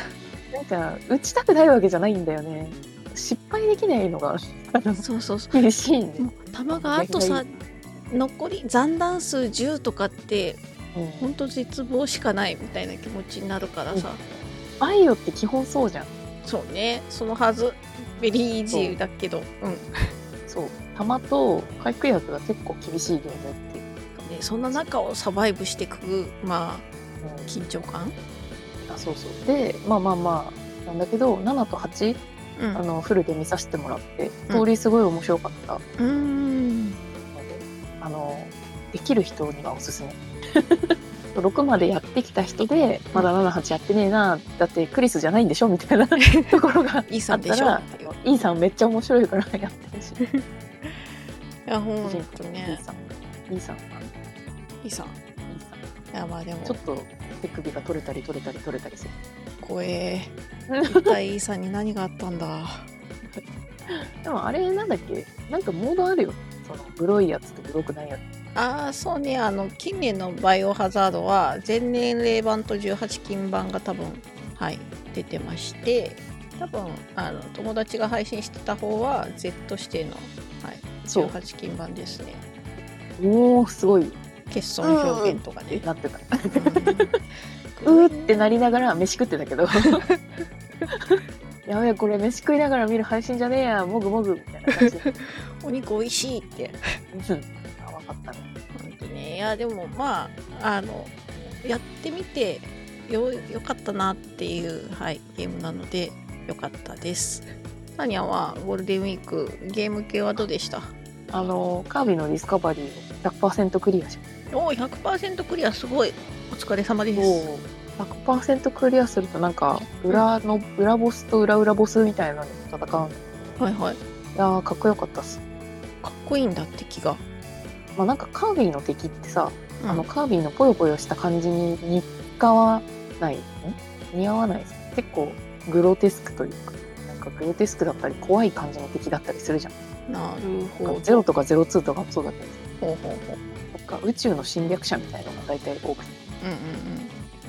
Speaker 2: なんか打ちたくないわけじゃないんだよね失敗できないの があの
Speaker 3: そうそうそ
Speaker 2: 厳しいんで
Speaker 3: うもう弾があとさ残り残弾数10とかって
Speaker 2: うん
Speaker 3: 本当絶望しかないみたいな気持ちになるからさ、
Speaker 2: バイオって基本そうじゃん
Speaker 3: そうねそのはずベリーイージーだけどうん、
Speaker 2: そう弾と回復薬が結構厳しいゲームっていう、
Speaker 3: ねそんな中をサバイブしてくまあ
Speaker 2: うん
Speaker 3: 緊張感
Speaker 2: あそうそうでまあまあまあなんだけど7と8
Speaker 3: う
Speaker 2: あ
Speaker 3: ん
Speaker 2: のフルで見させてもらってス
Speaker 3: うん
Speaker 2: トーリーすごい面白かったので、
Speaker 3: うーん
Speaker 2: あのできる人にはおすすめ 6までやってきた人でまだ78やってねえなだってクリスじゃないんでしょ みたいなところが
Speaker 3: いいさ
Speaker 2: あ
Speaker 3: ん
Speaker 2: っ
Speaker 3: で
Speaker 2: た
Speaker 3: しょ
Speaker 2: ら
Speaker 3: っていう
Speaker 2: イーさんめっちゃ面白いからやってほしい
Speaker 3: いやほ
Speaker 2: 主
Speaker 3: ん
Speaker 2: 人
Speaker 3: と
Speaker 2: 公のイ
Speaker 3: ね
Speaker 2: ーさんイーさんかない
Speaker 3: いさん
Speaker 2: イーさん
Speaker 3: いやまあでも
Speaker 2: ちょっと手首が取れたり取れたり取れたりする
Speaker 3: 怖え一体イさんに何があったんだ
Speaker 2: でもあれなんだっけなんかモードあるよそのグロいやつとグロくないやつ
Speaker 3: ああそうねあの近年の「バイオハザード」は全年齢版と18禁版が多分はい出てまして多分あの友達が配信してた方は Z 指定の、はい、
Speaker 2: そう
Speaker 3: 18禁版ですね
Speaker 2: おおすごいっ
Speaker 3: 欠損表現とか
Speaker 2: て
Speaker 3: ね、
Speaker 2: なってた
Speaker 3: うん
Speaker 2: うーってなりながら飯食ってたけど やべえこれ飯食いながら見る配信じゃねえやもぐもぐみたいな感じで
Speaker 3: お肉おいしいって
Speaker 2: うんあ分かったね
Speaker 3: 本当ねいやでもまああのやってみてよよかったなっていう、はい、ゲームなのでよかったですタニアはゴールデンウィークゲーム系はどうでした
Speaker 2: あのカービィのディスカバリーを100%クリアしまし
Speaker 3: おー100%クリアすごいお疲れ様で
Speaker 2: た
Speaker 3: す
Speaker 2: 100%クリアするとなんか裏の裏ボスと裏裏ボスみたいなのに戦うんだ
Speaker 3: はいはい
Speaker 2: いやーかっこよかったっす
Speaker 3: かっこいいんだって気が、
Speaker 2: まあなんかカービィの敵ってさ
Speaker 3: うん
Speaker 2: あのカービィのぽよぽよした感じに似合わないん似合わないです結構グロテスクというかなんかグロテスクだったり怖い感じの敵だったりするじゃん
Speaker 3: なるほど
Speaker 2: なんかゼロとかゼロツーとかもそうだけど
Speaker 3: ほうほうほう
Speaker 2: なんか宇宙の侵略者みたいなのが大体多くて
Speaker 3: うん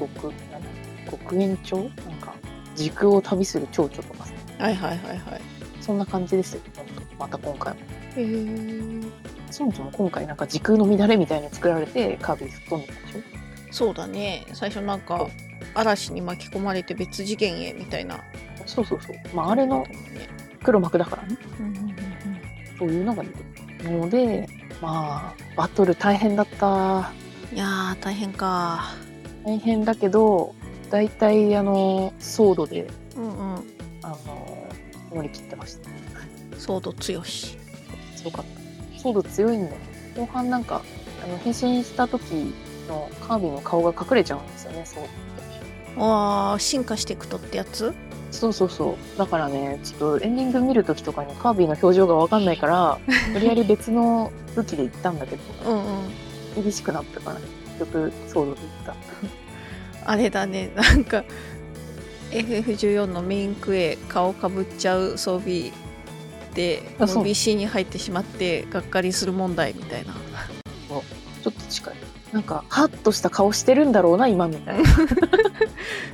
Speaker 2: 極なんだ極限超なんか時空を旅する蝶々とかさ
Speaker 3: うんうんはいはいはいはい
Speaker 2: そんな感じですよほんとまた今回も
Speaker 3: へー
Speaker 2: そもそも今回なんか時空の乱れみたいに作られてカービィ吹っ飛んでたでしょ
Speaker 3: そうだね最初なんか嵐に巻き込まれて別次元へみたいな
Speaker 2: そうそうそうまああれの
Speaker 3: ね
Speaker 2: 黒幕だからね
Speaker 3: うんうんうんうん
Speaker 2: そういうのがいるのでまあバトル大変だった
Speaker 3: いやー大変か
Speaker 2: 大変だけど大体あのソードで
Speaker 3: うんうん
Speaker 2: あの乗り切ってました
Speaker 3: ソード強し
Speaker 2: 強かったソード強いんだよ後半なんかあの変身した時のカービィの顔が隠れちゃうんですよねソード
Speaker 3: あー進化していくとってやつ
Speaker 2: そうそうそうだからねちょっとエンディング見る時とかにカービィの表情が分かんないから 無理やり別の武器で行ったんだけど
Speaker 3: うんうん
Speaker 2: 厳しくなったから結局ソードで行った
Speaker 3: あれだねなんか FF14 のメインクエ顔かぶっちゃう装備で
Speaker 2: あそう
Speaker 3: BC に入ってしまってがっかりする問題みたいな
Speaker 2: ちょっと近いなんかハッとした顔してるんだろうな今みたいな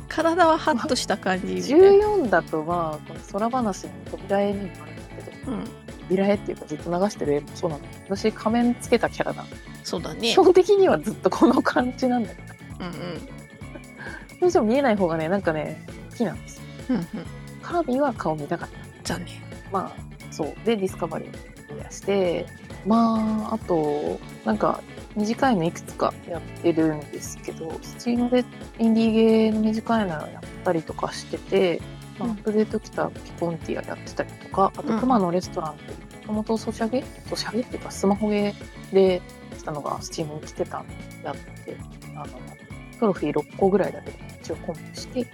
Speaker 3: 体はハッとした感じみたいな、
Speaker 2: 14だとまあこの空話の扉絵にもあるんだけど
Speaker 3: うん、
Speaker 2: 扉絵っていうかずっと流してる絵もそうなの私仮面つけたキャラなんで
Speaker 3: そうだね
Speaker 2: 基、本的にはずっとこの感じなんだけど
Speaker 3: うんうん
Speaker 2: それ以上見えない方がねなんかね好きなんですよ
Speaker 3: うんうん、
Speaker 2: カービィは顔見たかった
Speaker 3: 残念
Speaker 2: まあそうでディスカバリーをやしてまああとなんか短いのいくつかやってるんですけどスチームでインディーゲーの短いのやったりとかしてて、まあ
Speaker 3: うん
Speaker 2: アップデートきたピコンティアやってたりとかあと
Speaker 3: うん
Speaker 2: 熊のレストランってもともとソシャゲソシャゲっていうかスマホゲーでしたのがスチームに来てたんだってあのトロフィー6個ぐらいだけど一応コンプして
Speaker 3: うん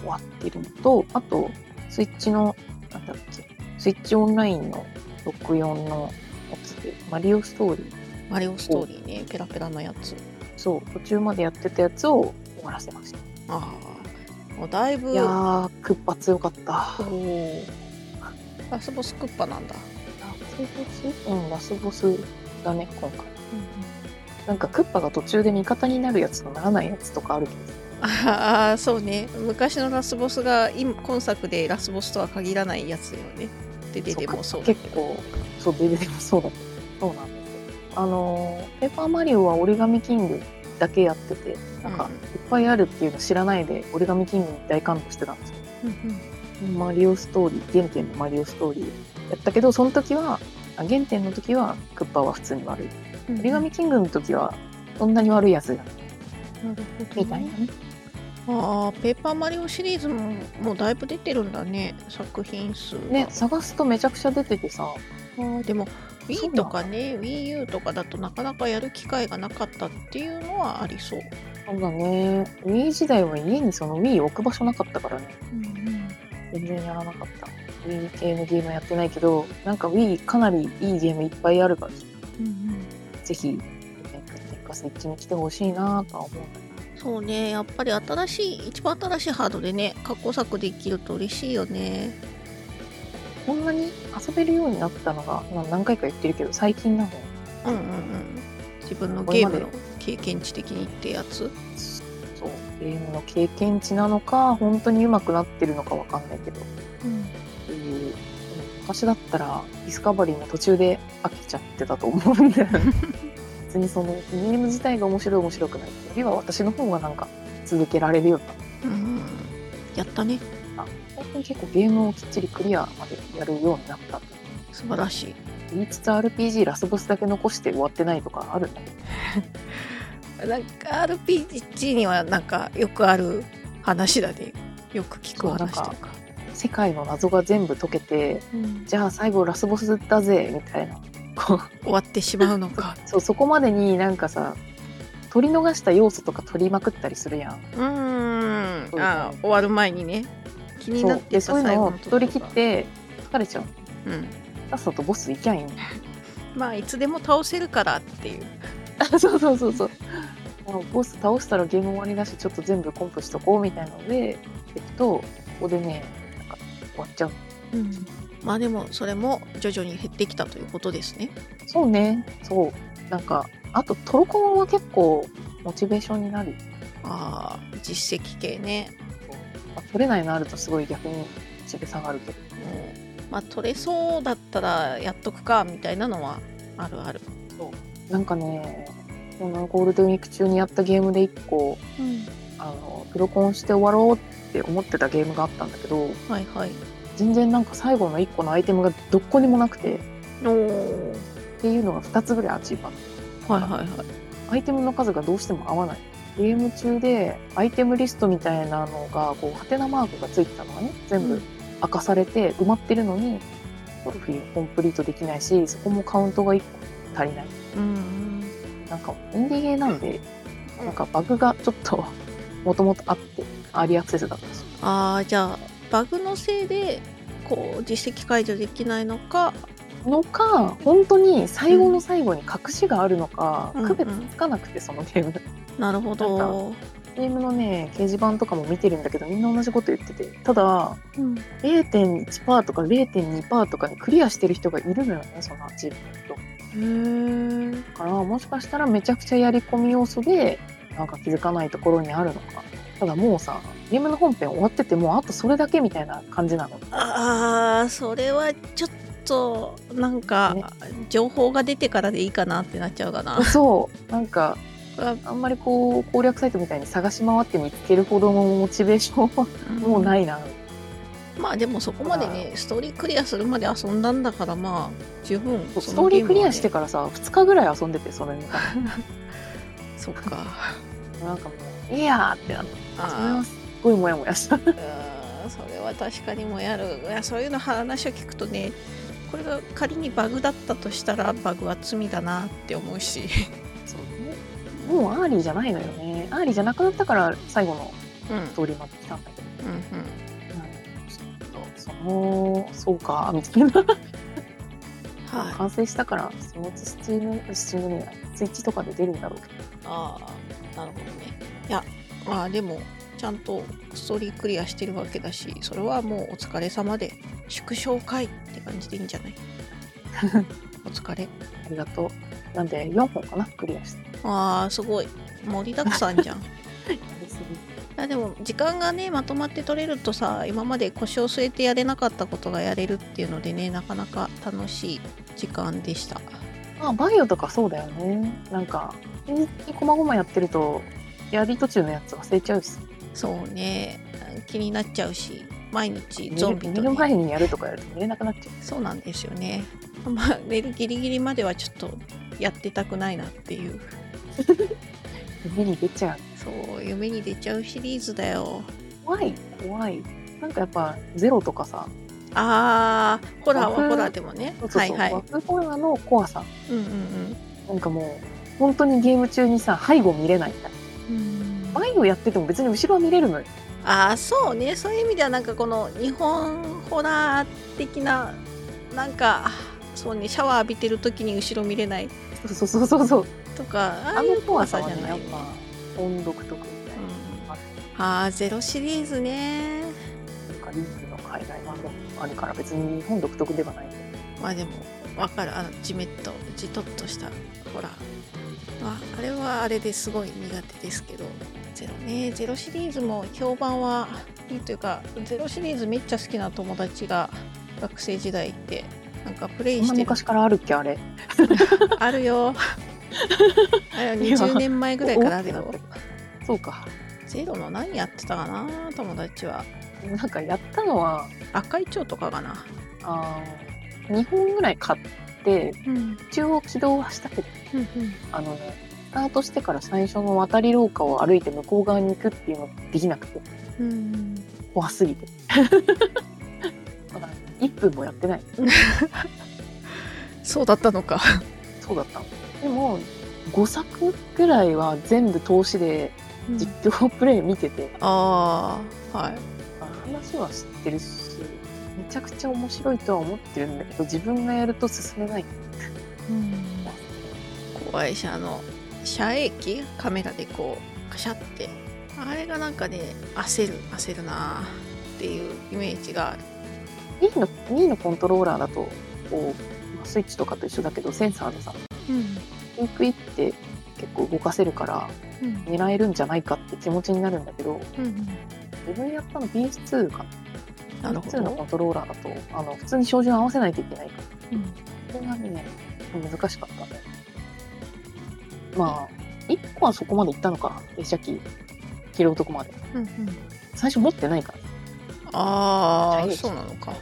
Speaker 2: 終わってるのと、あと、スイッチの、なんだっけ、スイッチオンラインの64のやつで、マリオストーリー、
Speaker 3: うん、マリオストーリーねペラペラのやつ
Speaker 2: そう、途中までやってたやつを終わらせました。
Speaker 3: ああもうだいぶ
Speaker 2: いやー、クッパ強かった。
Speaker 3: おおラスボスクッパなんだ、
Speaker 2: ラスボスうん、ラスボスだね、今回。なんかクッパが途中で味方になるやつとならないやつとかあるけど、
Speaker 3: ああそうね昔のラスボスが今今作でラスボスとは限らないやつよねで出てもそう
Speaker 2: 結構そう出てもそうだけどそうなんですよあのーペーパーマリオは折り紙キングだけやっててなんか
Speaker 3: うん
Speaker 2: いっぱいあるっていうの知らないで折り紙キングに大感動してたんですよ
Speaker 3: うんうん
Speaker 2: マリオストーリー原点のマリオストーリーやったけどその時はあ原点の時はクッパは普通に悪い折り紙キングの時はそんなに悪いやつだ
Speaker 3: なるほど
Speaker 2: みたいなね
Speaker 3: ああペーパーマリオシリーズももうだいぶ出てるんだね作品数が
Speaker 2: ね探すとめちゃくちゃ出ててさ
Speaker 3: あーでも
Speaker 2: そう
Speaker 3: Wii
Speaker 2: な
Speaker 3: と
Speaker 2: の
Speaker 3: かね WiiU とかだとなかなかやる機会がなかったっていうのはありそう、
Speaker 2: そうだね Wii 時代は家にその Wii 置く場所なかったからね全然やらなかった。Wii 系のゲームやってないけど、なんか Wii かなりいいゲームいっぱいあるから、ぜひ、テッカスイッチに来てほしいなとは思う。
Speaker 3: そうねやっぱり新しい一番新しいハードでね過去作できると嬉しいよね
Speaker 2: こんなに遊べるようになったのが、まあ、何回か言ってるけど、最近なの。
Speaker 3: うんうんうん自分のゲームの経験値的にってやつ
Speaker 2: そう、ゲームの経験値なのか、本当に上手くなってるのかわかんないけど、そういう、昔だったらディスカバリーの途中で飽きちゃってたと思うんだよね。別にそのゲーム自体が面白い面白くないっていうよりは私の方がなんか続けられるようになった
Speaker 3: うんやったね
Speaker 2: 最近結構ゲームをきっちりクリアまでやるようになった
Speaker 3: 素晴らしい
Speaker 2: 言いつつ RPG ラスボスだけ残して終わってないとかあるんだけど
Speaker 3: なんか RPG にはなんかよくある話だねよく聞く
Speaker 2: そうなん
Speaker 3: 話
Speaker 2: か
Speaker 3: というか
Speaker 2: 世界の謎が全部解けて
Speaker 3: うん
Speaker 2: じゃあ最後ラスボスだぜみたいなこう
Speaker 3: 終わってしまうのか
Speaker 2: そうそこまでになんかさ取り逃した要素とか取りまくったりするやん
Speaker 3: うー
Speaker 2: そうん
Speaker 3: あー終わる前にね気に
Speaker 2: そ
Speaker 3: なっ
Speaker 2: う
Speaker 3: て
Speaker 2: で
Speaker 3: た
Speaker 2: そういう
Speaker 3: 最
Speaker 2: の
Speaker 3: 後
Speaker 2: を
Speaker 3: のところ
Speaker 2: 取り切
Speaker 3: が
Speaker 2: って疲れちゃう
Speaker 3: うん、
Speaker 2: さっさとボス行きゃいいの
Speaker 3: まあいつでも倒せるからっていう
Speaker 2: あそうそうそうそうもうボス倒したらゲーム終わりだしちょっと全部コンプしとこうみたいなのでいくとここでねなんか終わっちゃう
Speaker 3: まあでもそれも徐々に減ってきたということですね
Speaker 2: そうね、そう。なんか、あとトロコンは結構モチベーションになる。
Speaker 3: ああ実績系ね
Speaker 2: まあ、取れないのあるとすごい逆にモチベ下がるけど。
Speaker 3: うんまあ取れそうだったらやっとくかみたいなのはあるある、
Speaker 2: なんかね、このゴールデンウィーク中にやったゲームで1個、あの、プロコンして終わろうって思ってたゲームがあったんだけど、
Speaker 3: はいはい
Speaker 2: 全然なんか最後の1個のアイテムがどこにもなくて、っ
Speaker 3: おー
Speaker 2: ていうのが2つぐらいアチーバー。
Speaker 3: はいはいはい
Speaker 2: アイテムの数がどうしても合わない。ゲーム中でアイテムリストみたいなのがこうハテナマークがついてたのがね全
Speaker 3: う
Speaker 2: 部
Speaker 3: ん
Speaker 2: 明かされて埋まってるのにトロフィーコンプリートできないしそこもカウントが1個足りない
Speaker 3: うん
Speaker 2: なんかインディーゲーなんでなんかバグがちょっと もともとあってアーリーアクセスだったし
Speaker 3: ああじゃあバグのせいでこう実績解除できないのか
Speaker 2: のか本当に最後の最後に隠しがあるのか、
Speaker 3: うん
Speaker 2: 区別つかなくてそのゲーム
Speaker 3: なるほど、
Speaker 2: ゲームのね掲示板とかも見てるんだけどみんな同じこと言っててただ
Speaker 3: うん、
Speaker 2: 0.1%とか0.2%とかにクリアしてる人がいるのよねそのチームの人
Speaker 3: へえ
Speaker 2: だからもしかしたらめちゃくちゃやり込み要素でなんか気づかないところにあるのかただもうさゲームの本編終わっててもうあとそれだけみたいな感じなの
Speaker 3: ああそれはちょっとなんか、
Speaker 2: ね
Speaker 3: 情報が出てからでいいかなってなっちゃうかな
Speaker 2: そうなんか
Speaker 3: あ
Speaker 2: あんまりこう攻略サイトみたいに探し回って見つけるほどのモチベーションはもうないいな、
Speaker 3: まあでもそこまでねストーリークリアするまで遊んだんだからまあ十分
Speaker 2: そう
Speaker 3: そ
Speaker 2: ス
Speaker 3: の
Speaker 2: トーリ
Speaker 3: ゲ
Speaker 2: ー
Speaker 3: ム
Speaker 2: ク
Speaker 3: はね
Speaker 2: リアしてからさ2日ぐらい遊んでてそれに
Speaker 3: そっか
Speaker 2: なんかもう「いや!」ってなってそれは
Speaker 3: あ
Speaker 2: すっごいモヤモヤした
Speaker 3: ーうんそれは確かにもやるいやそういうの話を聞くとねこれが仮にバグだったとしたらバグは罪だなって思う し、
Speaker 2: そうもうアーリーじゃないのよねアーリーじゃなくなったから最後の
Speaker 3: うん、うん
Speaker 2: ストーリーまで来たんだけ
Speaker 3: う
Speaker 2: ど、
Speaker 3: ん
Speaker 2: ちょっとそのそうかみたいな、
Speaker 3: はい
Speaker 2: 完成したからそのうちスチームスチームねスイッチとかで出るんだろうけど
Speaker 3: ああなるほどねいやまあでもちゃんとストーリークリアしてるわけだしそれはもうお疲れ様で縮小会って感じでいいんじゃ ないお疲れ
Speaker 2: ありがとうなんで4本かなクリアして
Speaker 3: あーすごい盛りだくさんじゃん いやでも時間がねまとまって取れるとさ今まで腰を据えてやれなかったことがやれるっていうのでねなかなか楽しい時間でした
Speaker 2: まあバイオとかそうだよねなんか平日にこまごまやってるとやり途中のやつ忘れちゃうし
Speaker 3: そうね気になっちゃうし毎日
Speaker 2: 寝
Speaker 3: ゾ
Speaker 2: る
Speaker 3: ンビ
Speaker 2: 寝
Speaker 3: と、
Speaker 2: る
Speaker 3: ね、
Speaker 2: 前にやるとかやると寝れなくなっちゃ
Speaker 3: そうなんですよね。まあ、寝るギリギリまではちょっとやってたくないなっていう、
Speaker 2: う夢に出ちゃう
Speaker 3: そう、夢に出ちゃうシリーズだよ。
Speaker 2: 怖い怖いなんかやっぱゼロとかさ
Speaker 3: あー、ホラー
Speaker 2: 僕
Speaker 3: はホラーでもね。
Speaker 2: そうそうそう、
Speaker 3: はいは
Speaker 2: ワ
Speaker 3: い。
Speaker 2: クホラーの怖さ
Speaker 3: うんうん
Speaker 2: なんかもう本当にゲーム中にさ背後見れないみたいな
Speaker 3: うん。
Speaker 2: 前をやってても別に後ろは見れるのよ
Speaker 3: あー、そうね。そういう意味では、なんかこの日本ホラー的な、なんか、そうね、シャワー浴びてる時に後ろ見れない
Speaker 2: そうそうそうそう
Speaker 3: とか、あ
Speaker 2: あ
Speaker 3: あい
Speaker 2: の
Speaker 3: う
Speaker 2: 怖
Speaker 3: 怖
Speaker 2: さ
Speaker 3: さ
Speaker 2: は
Speaker 3: じゃ
Speaker 2: ね
Speaker 3: ない
Speaker 2: やっ
Speaker 3: よね。
Speaker 2: ぱ音読とかみたいなのがある
Speaker 3: あー、ゼロシリーズね。
Speaker 2: なんかリンクの海外版もあるから別に日本独特ではないんで
Speaker 3: まあでもわかるあのじめっとじとっとしたほら、まあ、あれはあれですごい苦手ですけどゼロねゼロシリーズも評判はいいというかゼロシリーズめっちゃ好きな友達が学生時代ってなんかプレイ
Speaker 2: そん
Speaker 3: し
Speaker 2: な
Speaker 3: てる
Speaker 2: 昔からあるっけあれ
Speaker 3: ある よあれ20年前ぐらいからあるよ
Speaker 2: そうか
Speaker 3: ゼロの何やってたかな友達は
Speaker 2: なんかやったのは
Speaker 3: 赤い蝶とかかな
Speaker 2: あ2本ぐらい買って
Speaker 3: うん
Speaker 2: 中央起動はしたけど
Speaker 3: うん
Speaker 2: あのねスタートしてから最初の渡り廊下を歩いて向こう側に行くっていうのができなくて
Speaker 3: うんうん
Speaker 2: 怖 すぎてだから1分もやってない
Speaker 3: そうだったのか
Speaker 2: そうだったのでも5作ぐらいは全部投資で実況プレイ見てて、
Speaker 3: ああはい
Speaker 2: 話は知ってるしめちゃくちゃ面白いとは思ってるんだけど自分がやると進めない
Speaker 3: 怖いしあの遮影機カメラでこうカシャってあれがなんかね焦る焦るなっていうイメージがある
Speaker 2: Wii の Wii のコントローラーだとこうまあスイッチとかと一緒だけどセンサーでさ
Speaker 3: うん
Speaker 2: クイクイって結構動かせるから
Speaker 3: うん
Speaker 2: 狙えるんじゃないかって気持ちになるんだけど
Speaker 3: うん
Speaker 2: 自分やったの PS2 か
Speaker 3: な
Speaker 2: な
Speaker 3: るほ
Speaker 2: PS2 のコ
Speaker 3: ど、
Speaker 2: ントローラーだとあの普通に照準合わせないといけないから
Speaker 3: うん
Speaker 2: それがね難しかったねまあ1個はそこまで行ったのか列車機切る男まで
Speaker 3: うんうん、
Speaker 2: 最初持ってないから遮
Speaker 3: ああ
Speaker 2: 影機
Speaker 3: そうなのか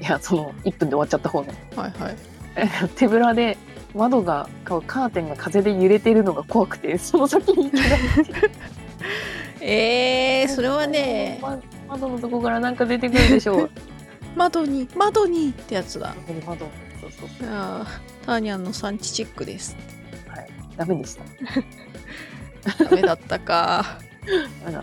Speaker 2: いやその1分で終わっちゃった方ね
Speaker 3: はいはい
Speaker 2: 手ぶらで窓がカーテンが風で揺れてるのが怖くてその先に行けなくて
Speaker 3: えー、それはね
Speaker 2: ま 窓のとこからなんか出てくるでしょう
Speaker 3: 窓に窓にってやつだ
Speaker 2: 窓そうそうそう
Speaker 3: あーターニャンの産地チックです
Speaker 2: ダメでした
Speaker 3: ダメだった か
Speaker 2: ダメだっ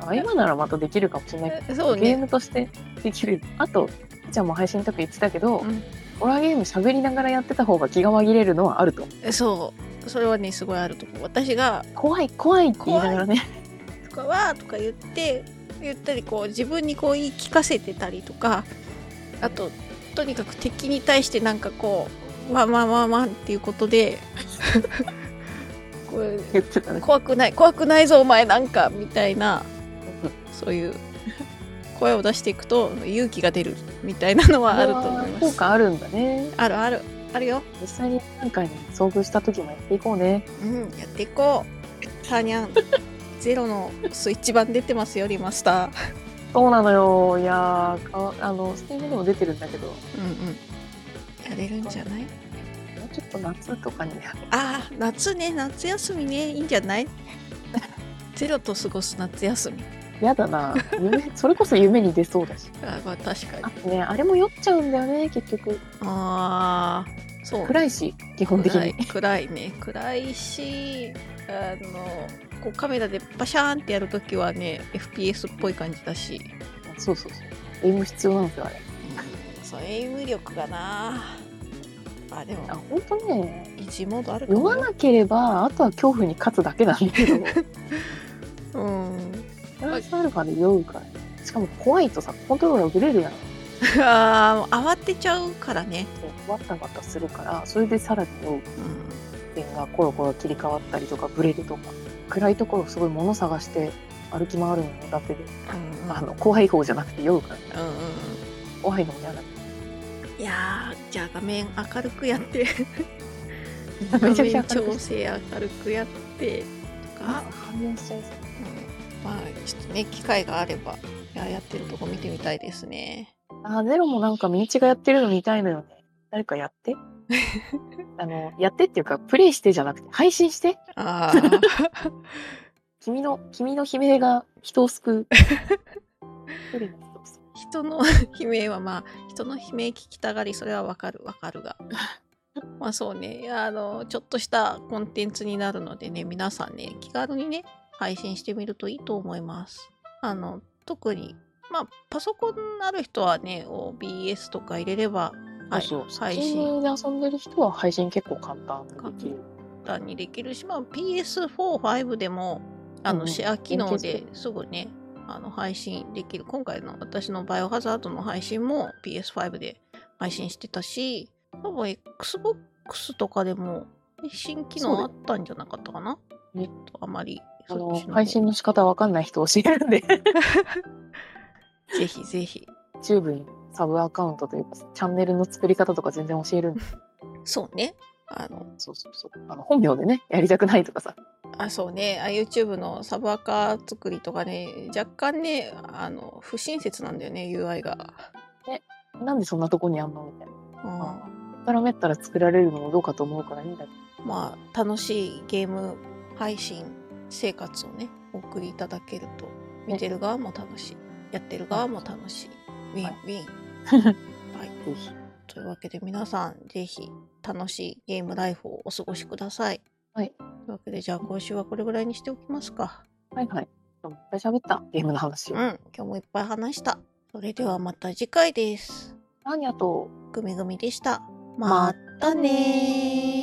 Speaker 2: たあ今ならまたできるかもしれないけ
Speaker 3: そ
Speaker 2: ど、
Speaker 3: う
Speaker 2: ゲ
Speaker 3: ね
Speaker 2: ームとしてできるあとじゃあもう配信とか言ってたけど、
Speaker 3: うん
Speaker 2: ホラーゲーム喋りながらやってた方が気が紛れるのはあると思う
Speaker 3: そうそれはねすごいあると思う私が
Speaker 2: 怖い怖いって言いながらね
Speaker 3: とかはとか言って言ったりこう自分にこう言い聞かせてたりとかあととにかく敵に対してなんかこうまあまあまあまあっていうことでこう
Speaker 2: 言ってたね
Speaker 3: 怖くない怖くないぞお前なんかみたいな
Speaker 2: うん
Speaker 3: そういう声を出していくと勇気が出るみたいなのはあると思いま
Speaker 2: 効
Speaker 3: す。
Speaker 2: 果あるんだね
Speaker 3: あるあるあるよ。
Speaker 2: 実際に何回に遭遇した時もやっていこうね
Speaker 3: うんやっていこう。ターニャンゼロのスイッチ版出てますよリマスター。
Speaker 2: そうなのよいやーかあのステージでも出てるんだけども
Speaker 3: うんうん。やれるんじゃない？
Speaker 2: うちょっと夏とかに
Speaker 3: ああ夏ね夏休みねいいんじゃない？ ゼロと過ごす夏休み。
Speaker 2: やだ な夢それこそ夢に出そうだし
Speaker 3: あまあ確かに。
Speaker 2: あとねあれも酔っちゃうんだよね結局
Speaker 3: ああそうね
Speaker 2: 暗いし基本的に
Speaker 3: 暗い暗いね暗いしあのこうカメラでパシャーンってやるときはね FPS っぽい感じだし、
Speaker 2: そうそうそうエイム必要なんですよあれ
Speaker 3: そうエイム力がなあで
Speaker 2: あ
Speaker 3: も
Speaker 2: 本当ね
Speaker 3: 維持モードあるか
Speaker 2: 酔
Speaker 3: も
Speaker 2: わなければあとは恐怖に勝つだけなんだけ ど
Speaker 3: うん
Speaker 2: プラスアルファで酔うからしかも怖いとさコントローラーブレるやん
Speaker 3: あー慌てちゃうからね、
Speaker 2: そうわたわたするからそれでさらに酔う点がコロコロ切り替わったりとかブレるとか暗いところすごい物探して歩き回るのもだってで、
Speaker 3: うん
Speaker 2: あの怖い方じゃなくて酔うから
Speaker 3: うんうん
Speaker 2: 怖いのも嫌だ
Speaker 3: うんいやーじゃあ画面明るくやって
Speaker 2: め
Speaker 3: 画
Speaker 2: ちゃくちゃ
Speaker 3: 面
Speaker 2: 明
Speaker 3: 調
Speaker 2: るく
Speaker 3: 整明るくやってとか
Speaker 2: あ反応しちゃ
Speaker 3: う
Speaker 2: いそう
Speaker 3: んまあちょっとね機会があればいややってるとこ見てみたいですね。
Speaker 2: あゼロもなんか身内がやってるの見たいのよね誰かやって あのやってっていうかプレイしてじゃなくて配信して
Speaker 3: あ あ
Speaker 2: 君の君の悲鳴が人を 救う一人の人を救う
Speaker 3: 人の 悲鳴はまあ人の悲鳴聞きたがりそれはわかるわかる がまあそうねいやあのちょっとしたコンテンツになるのでね皆さんね気軽にね配信してみるといいと思います。あの特にまあパソコンある人はね OBS とか入れれば、はい、
Speaker 2: そうそう
Speaker 3: 配
Speaker 2: ス
Speaker 3: 信
Speaker 2: チームで遊んでる人は配信結構簡単にできる
Speaker 3: 簡単にできるし、まあ、PS4、5でもあ
Speaker 2: う
Speaker 3: の
Speaker 2: ん
Speaker 3: シェア機能
Speaker 2: 連携して
Speaker 3: ですぐね、あの配信できる今回の私のバイオハザードの配信も PS5 で配信してたし多分 XBOX とかでも配信機能あったんじゃなかったかな
Speaker 2: そうです
Speaker 3: ちょっとあまり
Speaker 2: あ
Speaker 3: そっ
Speaker 2: の
Speaker 3: ちの方
Speaker 2: 配信の仕方わかんない人教えるんで
Speaker 3: ぜひぜひ
Speaker 2: YouTube にサブアカウントというかチャンネルの作り方とか全然教えるんで
Speaker 3: そうねあの
Speaker 2: そうそうそうあの本名でねやりたくないとかさ
Speaker 3: あそうねあ YouTube のサブアカ作りとかね若干ねあの不親切なんだよね UI が。
Speaker 2: なんでそんなとこにあんのみたいな
Speaker 3: うん
Speaker 2: ほったらめったら作られるのもどうかと思うからいいんだけ
Speaker 3: まあ、楽しいゲーム配信生活をねお送りいただけると見てる側も楽しい、やってる側も楽しいウィン
Speaker 2: は
Speaker 3: ウ
Speaker 2: い
Speaker 3: ィン、はい、
Speaker 2: どぜひ
Speaker 3: というわけで皆さんぜひ楽しいゲームライフをお過ごしください、
Speaker 2: はい、
Speaker 3: というわけでじゃあ今週はこれぐらいにしておきますか
Speaker 2: はいはい今日もいっぱい喋ったゲームの話
Speaker 3: う
Speaker 2: を
Speaker 3: ん今日もいっぱい話したそれではまた次回です
Speaker 2: 何あと
Speaker 3: グミグミでした
Speaker 2: ま
Speaker 3: またねー